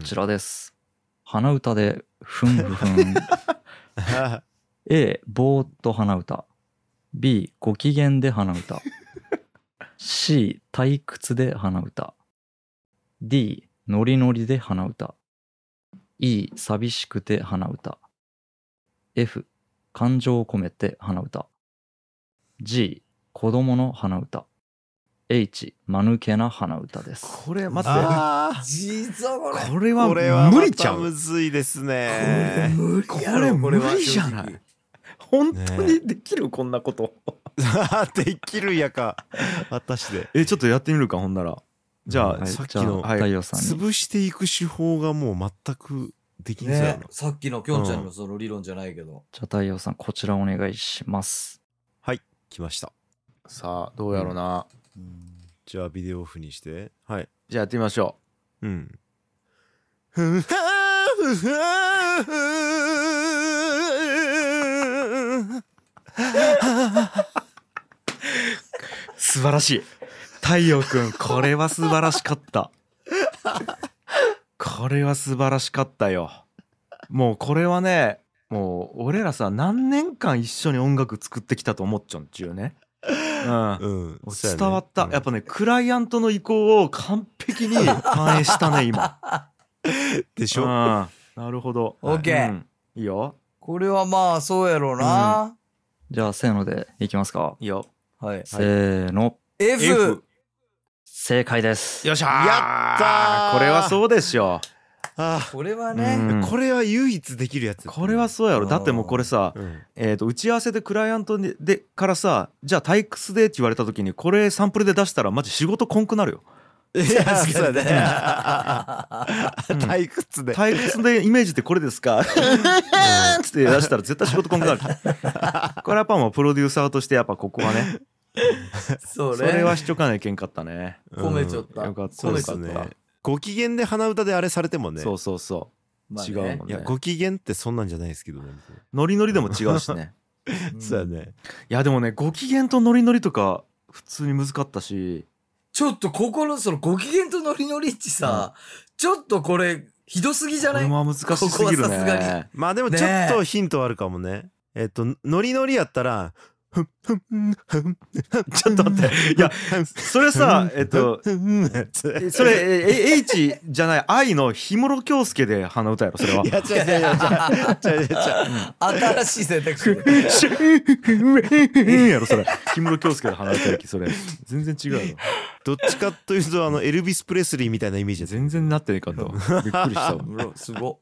D: ちらです。鼻歌で、ふんふん。
B: ら
D: A、ぼーっと鼻歌。B、ご機嫌で鼻 歌。C、退屈で鼻歌。D、ノリノリで鼻歌。E、寂しくて鼻歌。F、感情を込めて鼻歌。G、子供の鼻歌。H、間抜けな鼻歌です。
A: これ待って
B: あ
C: 地蔵
A: こ
C: これ
A: れ
B: あこれは
A: は無理ちゃ
B: またむ
A: う
B: ずいです
C: これ
B: ね
C: 無理やろ
A: これ無理じゃない
C: 正直
A: 本当にできる、こんなこと
B: できるやか私で
A: えちょっとやってみるかほんならじゃあ、
B: うん
D: はい、
B: さっき
D: じゃ
B: の
D: あ、
A: はい
D: 太陽さんに。
B: 潰していく手法がもう全くできんそうや
C: ね
B: な、、
C: さっきのきょんちゃんのその理論じゃないけど、
D: じゃあ、太陽さん、こちらお願いします。
B: 来ました
A: さあどうやろうな、
B: じゃあビデオオフにしてはい
A: じゃあやってみましょ
B: うん。
A: う
B: は
A: 素晴らしい太陽くんこれは素晴らしかったこれは素晴らしかったよもうこれはねもう俺らさ何年間一緒に音楽作ってきたと思っちゃうんちゅうね うん
B: うん、そうやね
A: 伝わった、
B: うん
A: やっぱねクライアントの意向を完璧に反映したね今
B: でし
A: う
B: ょ、
A: んなるほど
C: オッケー
A: うんいいよ
C: これはまあ、そうやろうな。
D: じゃあ、せーのでいきますか。
A: いいよ
C: はい。
D: せーの。
C: F。
D: 正解です。
A: よっしゃ
B: やったー
A: これはそうでしょ
B: あ
C: これは
A: う
C: ね。
A: ん
B: これは唯一できるやつ
A: これはそうやろだってもうこれさ、
B: うん
A: えー、と打ち合わせでクライアントにでからさじゃあ退屈でって言われた時にこれサンプルで出したらマジ仕事こんくなるよ
B: いやそう だね
A: ん
B: 退屈で
A: 退屈でイメージってこれです かつって出したら絶対仕事こんくなるこれはやっぱもうプロデューサーとしてやっぱここはね
C: そ
A: そ
C: れ。
A: れは主張かないけんかったね
C: 褒めちゃっ
A: よ
C: た。
A: かった
B: そう
A: よ
B: で
A: か
B: す
A: っ
B: ね
A: た
B: ご機嫌で鼻歌であれされてもね
A: そうそうそ
C: まあね
A: 違うもん
B: いや
A: ね
B: ご機嫌ってそんなんじゃないですけどね
A: うノリノリでも違うしね
C: ん
B: そうやね
A: いやでもねご機嫌とノリノリとか普通に難かったし
C: ちょっとここのそのご機嫌とノリノリっちさ、ちょっとこれ、ひどすぎじゃ
A: こ
C: な
A: れ
C: い
A: は難しすぎ
C: こ
A: る
C: こはさすが
A: ね
B: まあでも
C: ね
B: ち
C: え
B: ょっとヒントはあるかもねえっとノリノリやったらふんふんふんふん
A: ちょっと待っていやそれさえっと
B: ふんふんふんふん
A: えそれ、ええ H じゃない、愛の氷室京介で鼻歌やろ、それは。
B: いや違う違う違う違う違う違う
C: 新しい選択肢。
A: やろ、それ。氷室京介で鼻歌やき、それ。全然違うよ。
B: どっちかというとあのエルビス・プレスリーみたいなイメージです
A: 全然なってねえかと。びっくりしたわ。
C: うわすご。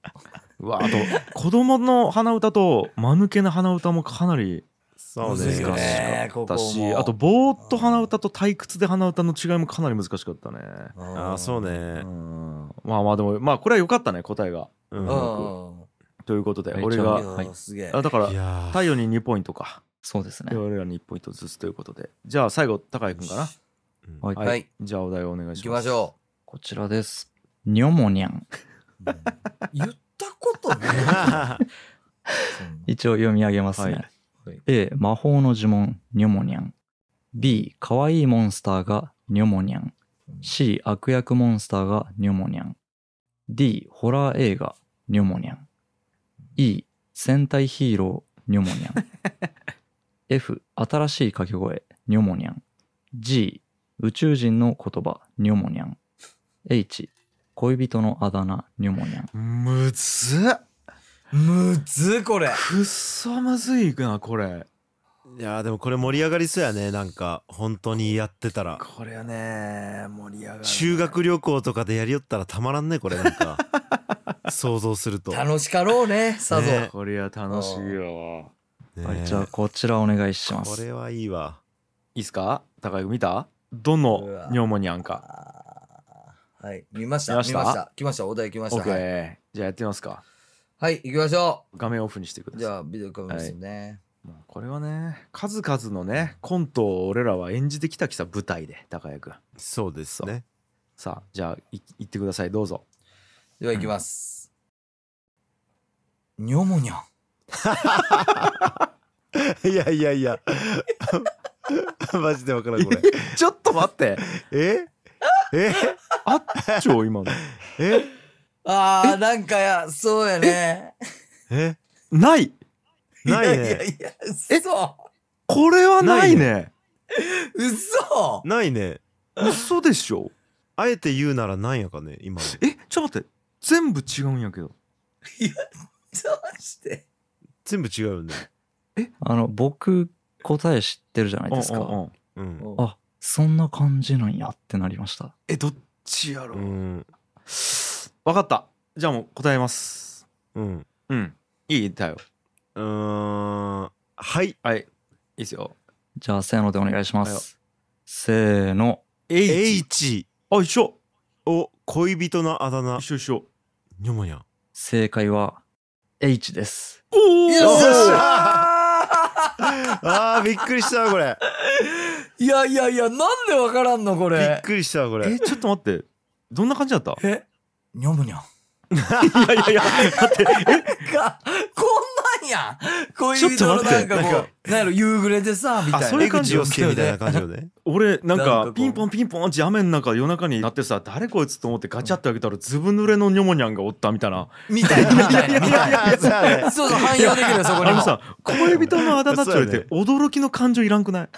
A: うわ、あと、子供の鼻歌と、間抜けな鼻歌もかなり
B: そ
A: 難しか
C: 難しいねこ
A: っ
C: こ
A: た
C: も
A: し、あと、ぼーっと鼻歌と退屈で鼻歌の違いもかなり難しかったね。
B: ああそう
C: ね。
A: う
B: ね
A: ん。まあまあ、でも、まあ、これは良かったね、答えが。
B: う
C: うんん。
A: ということで、
D: めっちゃ
A: 俺
D: あ
A: が、
D: はい
C: いやすげえ。
A: あだから
B: い、やー
A: 太陽に2ポイントか。
D: そうですね
A: で。俺らに1ポイントずつということでじゃあ最後高井君かな
D: はい。
A: はい、
C: はい
A: じゃあお題をお願い
C: 行
A: し
C: き
A: ま
C: ますしょ
D: こちらです。ニョモニャン。
C: う。うん言ったことねえよそんな
D: 一応読み上げますね。
A: はい
C: はい
D: A、魔法の呪文、ニョモニャン。B、可愛いモンスターがニョモニャン。C、悪役モンスターがニョモニャン。D、ホラー映画、ニョモニャン。E、戦隊ヒーロー、ニョモニャン。F、新しい掛け声、ニョモニャン。G、宇宙人の言葉、ニョモニャン。H、恋人のあだ名、ニョモニャ ン。
A: むずっ
C: むずこれ。
A: くっそむずいなこれ
B: いやーでもこれ盛り上がりそうやねなんか本当にやってたら
A: これはね盛り上がる
B: 修学旅行とかでやりよったらたまらんねこれなんか想像すると、ね
C: 楽しかろうね、さぞ。
B: ね
A: これは楽しいよ
D: はい、じゃあこちらお願いしま
B: こ
D: す。
B: れはいいわ
A: いいっすか高井君見たどのニョモニャンか
C: あーはい、見ました。
A: 見
C: 見
A: ま
C: ま
A: し
C: したた。来ました。お題来ました。
A: OK、
C: はい、
A: じゃあやってみますか
C: はい行きましょ
A: 画面オフにしてく
C: う。
A: だ
C: じ
A: さい
C: ゃあ、ビデオカメラですね。
A: もうこれはね数々のねコントを俺らは演じてきたきさ舞台で高井君
B: そうですね
A: さあじゃあい行ってくださいどうぞ
C: では、行きます。にょもにゃん。
B: いやいやいや マジでわからんこれ
A: ちょっと待って
B: ええ
A: あっちょ今の
B: え
C: ああ、なんかや、そうやね。
B: え
A: ない
B: ない
C: やいや
B: ね
C: いや、嘘。
A: これはないね
C: 嘘。
B: ないね
A: 嘘でしょ
B: あえて言うならなんやかね今の
A: えちょっと待って全部違うんやけど
C: どうして。
B: 全部違うよね
D: あの、僕、答え知ってるじゃないです
A: うんうん
D: か。
A: うん
B: うん
D: あ、そんな感じなんやってなりました。
A: えどっちやろ
B: う
A: わ、
B: ん
A: かったじゃあもう答えます
B: うんう
A: うんいいだよ
B: ーんはい
A: はいいいっすよ
D: じゃあ、せーのでお願いします。せーの。
A: H,
B: H
A: あ一緒
B: を恋人のあだ名
A: 一緒一緒
B: ニョモニャン
D: 正解は、H です。
A: おお
C: よっし
B: ー
C: ゃ
B: あーびっくりしたわこれ
C: ー。いやいやいや、なんでわからんの、こ
B: びっ
C: れ。
B: くりしたわこれ
A: えちょっと待ってどんな感じだった
C: え。にょもにゃん。
A: いやいやいや
C: が、こんなんやん。恋人のなんか
B: ちょっと待
C: こう、なんやろ、夕暮れでさ、みたい
A: あ
C: な。
A: それ
B: 江口洋介みたいな感じよね
A: 俺なん
C: なんかこ
A: か
C: う
A: ピンポンピンポンって雨の中夜中になってさ誰こいつと思ってガチャって開けたらずぶ濡れのニョモニャンがおったみたいな
C: みたいな、みたいな、みたい
B: や そうやね
C: な。そうそう、汎用できるよ、そこに
A: あ
C: も
A: の。さ恋人のあだ名っちょいっ
B: そうや
A: て驚きの感情いらんくない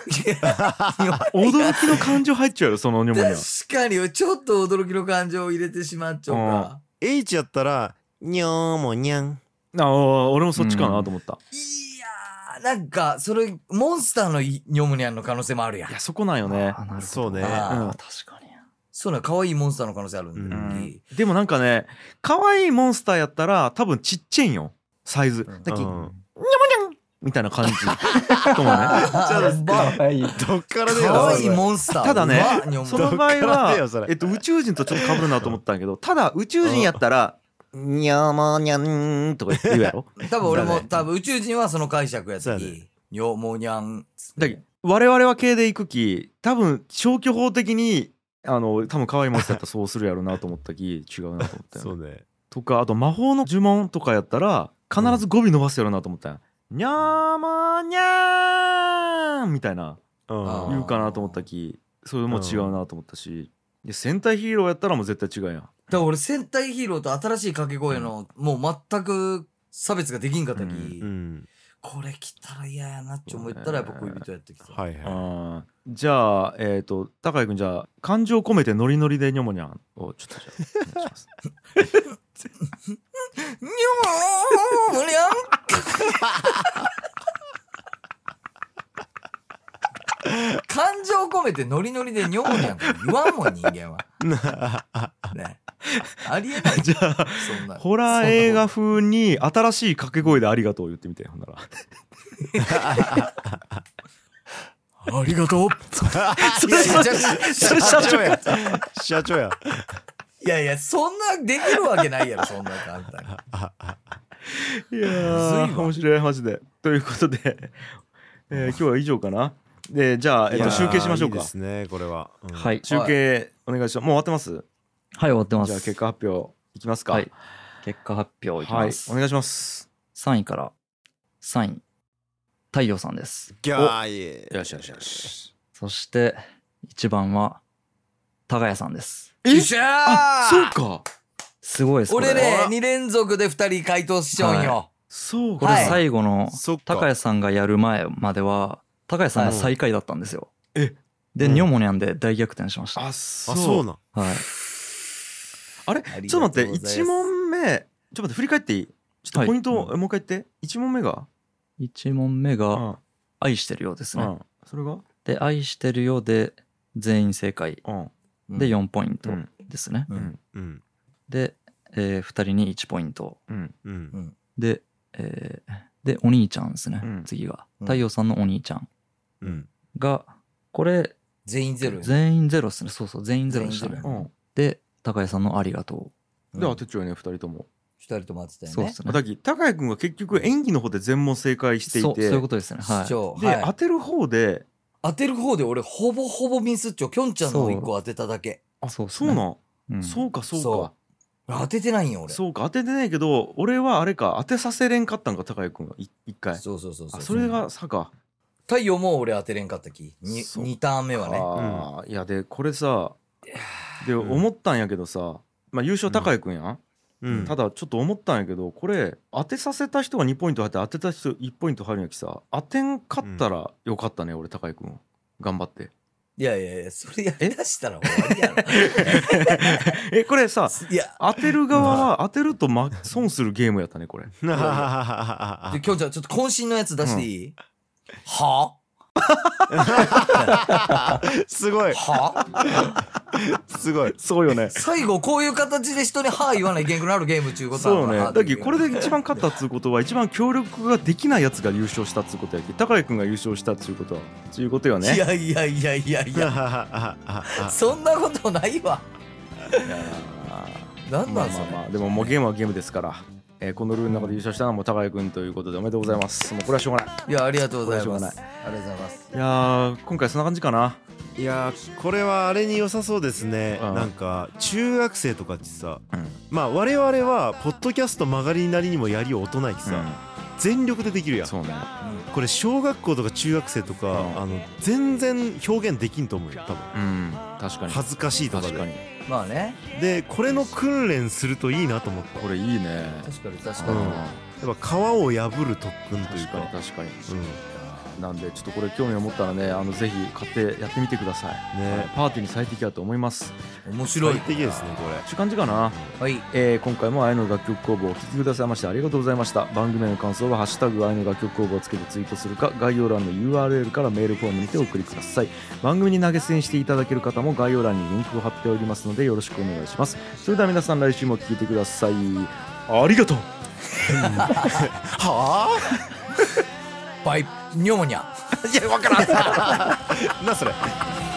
A: 驚きの感情入っちゃうよそのニョモニャン
C: 確かに、ちょっと驚きの感情を入れてしまっちゃうか。
B: H やったらにょーもにゃん
A: ああ俺もそっちかなと思った、
C: いやー、なんか、それ、モンスターのニョムニャンの可能性もあるやん
A: い。やそこなんよね
D: あなるほど
B: そうね
C: あ
D: あ
A: うん
D: ー確かに
C: そうなの、可愛いモンスターの可能性ある
B: うん
C: だ
A: う
C: よ
A: んでもなんかね可愛いモンスターやったら多分ちっちゃいんよサイズ
C: うん
A: だっけ、
B: うん
A: みたいな 感じとも ね
C: あーば
D: 可愛い
B: どっからでよ
C: 可愛い
B: それ
C: モンスター。
A: ただね
C: うまニョムニャン
A: その場合
B: どっからだよそ
A: は
B: れ、
A: えっと、宇宙人とちょっと被るなと思ったんやけどただ宇宙人やったら「にゃーまーにゃん」とか言うや ろ
C: 多分俺も、多分宇宙人はその解釈や
B: そう
C: つ
B: や
C: に
B: ね。
C: ニョモニャン。
A: だけど我々は系でいくき多分消去法的にあの多分可愛いモンスターやったらそうするやろなと思ったき違うなと思ったよね
B: そうね
A: とかあと魔法の呪文とかやったら必ず語尾伸ばすやろなと思ったんやにゃーまーにゃーんみたいな
B: うん
A: 言うかなと思ったきそれも違うなと思ったし、で戦隊ヒーローやったらもう絶対違うやん
C: だから俺、戦隊ヒーローと新しい掛け声の、もう全く差別ができんかった
A: う
C: き、
A: ん
B: うん
C: これ来たら嫌やなって思ったら、やっぱ恋人やってきた。
B: はい
A: あー
B: は
A: じゃあ、えっ、と、高井君、じゃあ、感情込めてノリノリでニョモニャンをちょっとじゃあ、お願いします。
C: ニョモニャン 感情込めてノリノリでニョモニャンって言わんもん、人間 は。ね、ありえない
A: じゃあ、
C: そんな。
A: ホラー映画風に新しい掛け声でありがとうを言ってみて、ほんなら。
C: ありがと う。
B: い
A: それ
B: いやいや
A: それ社長
B: や社長や
C: いやいや、そんなできるわけないやろ、そんな簡単に。
A: いやー
C: むずいわ
A: 面白い話で。ということで、えー今日は以上かな。で、じゃあ、えっ
B: いや
A: と、
B: ー
A: 集計しましょうか。
B: いいですねこれはうん
D: はいはい
A: 集計お願いします。もう終わってます
D: 終わってま
A: じ
D: す
A: ゃあ、結果発表いきますか。
D: はい結果発表いき
A: はい
D: ま
A: お
D: す、
A: 願いします。
D: 3位から3位太陽さんです
B: ギャーイ
A: よしよしよし。
D: そして1番は高谷さんです
A: え
C: よっしゃ
A: あ
C: ー
A: そうか
D: すごいですこれ
C: 俺ね、2連続で2人回答しちゃうんよ。
A: そう
D: こ
A: か。
D: れ
C: はい
D: 最後の
B: そっか
D: 高谷さんがやる前までは高谷さんが最下位だったんですよ、
A: はいえ
D: で、
B: うん
D: ニョモニャンで大逆転しました
A: あ、
B: あそ
A: そうう。
B: なん
D: はい
A: あれ
C: ありがとうございます
A: ちょっと待って、1問目、ちょっと待って、振り返っていいちょっ
D: は
A: と
D: い
A: ポイントを、もう一回言って。1問目が
D: 1問目
A: う
D: が
A: ん。
D: 「愛してるよ」です
A: う
D: ね、
A: ん。それが
D: で「愛してるよ」で全員正解
A: うん。
D: で4ポイント
A: うん
D: ですね、
C: うん
A: うん。
B: うん
D: で、え2人に1ポイント
A: うん。
B: うん
D: で、えーでお兄ちゃんですね、
A: うん
D: 次が
C: うん
D: 太陽さんのお兄ちゃん
B: うん
D: がこれ
C: 全員ゼロよ。
D: 全員ゼロですねそうそう全員ゼロでした
C: 全
D: ね
C: 員ゼ
A: う
C: ロ
A: ん。
D: で高谷さんの「ありがと
A: で、当てちゃうよね、2人とも。
C: 2人とも当てた
D: う」
C: よね。
D: そうですね
A: あだき高谷君は結局演技の方で全問正解してい
D: そうそう
A: て
D: いうことですねはい
C: 視聴
A: で、
C: はい
A: 当てる方で
C: 当てる方で俺ほぼほぼミスっちょきょんちゃんの1個当てただけ
A: あ
D: そ
A: そうう
D: っすね
A: なん、
D: うん
A: そうかそう
C: そ
A: か
C: 当ててないんよ俺
A: そうか当ててないけど俺はあれか当てさせれんかったんか高谷君がい一回
C: そうそうそうそう
A: あそれが差か
C: 太陽も俺当てれんかったき 2,
A: そう
C: 二ターン目はね
A: あーいやでこれさで
B: ん
A: 思ったんやけどさまあ優勝高谷君やん、
B: うん
A: ただちょっと思ったんやけどこれ当てさせた人が2ポイント入って当てた人1ポイント入るんやきさ当てんかったらよかったね、俺高井君頑張って
C: いやいやいやそれやりだしたら終わりやろ
A: えこれさ
C: いや
A: 当てる側は当てると、ま、損するゲームやったねこれ
C: できょんちゃんちょっと渾身のやつ出していい、は
B: すごい
C: は
B: すごい
A: そうよね
C: 最後こういう形で人に「は」言わないといけなくなるゲームちゅうこと
A: そうよ
C: なのか
A: ね
C: な
A: だけどこれで一番勝ったっつうことは一番協力ができないやつが優勝したっつうことやけ高井君が優勝したっつうことはつうことよね
C: いやいやいやいやいやそんなことないわなん
A: まあ
C: なんそ
A: ま
C: れ
A: あ、まあでももうゲームはゲームですから、えーこのルールの中で優勝したのはもう高井君ということでおめでとうございますもうこれはしょうがない
C: いやありがとうございま
A: これはしょうがない
C: すありがとうございます
A: いやー今回そんな感じかない
B: やー これはあれに良さそうですね
A: うん
B: なんか中学生とかってさ
A: うん
B: まあ我々はポッドキャスト曲がりなりにもやりを大人いきさ全力でできるやん
A: そうね
C: うん
B: これ小学校とか中学生とか、
A: うん
B: あの全然表現できんと思うよ多分
A: うん確かに
B: 恥ずかしいとか
A: 確か
B: で
A: に
C: まあね
B: でこれの訓練するといいなと思って
A: これいいね
C: 確かに確か
A: う
C: に、
A: ん
B: やっぱ皮を破る特訓とい
A: 確
B: うか
A: かに確かに
B: うん
A: なんでちょっとこれ興味を持ったらねあのぜひ買ってやってみてください、
B: ね
A: パーティーに最適だと思います
C: 面白い
B: 最適ですねこ れ
A: って感じかな、
C: はい
A: えー今回も愛の楽曲工房をお聴きくださいましてありがとうございました番組への感想は「ハッシュタグ愛の楽曲工房」をつけてツイートするか概要欄の URL からメールフォームにてお送りください番組に投げ銭していただける方も概要欄にリンクを貼っておりますのでよろしくお願いしますそれでは皆さん来週も聴いてくださいありがとう
B: は
C: バイニョーニャいや分からん
B: あなそれ
E: 「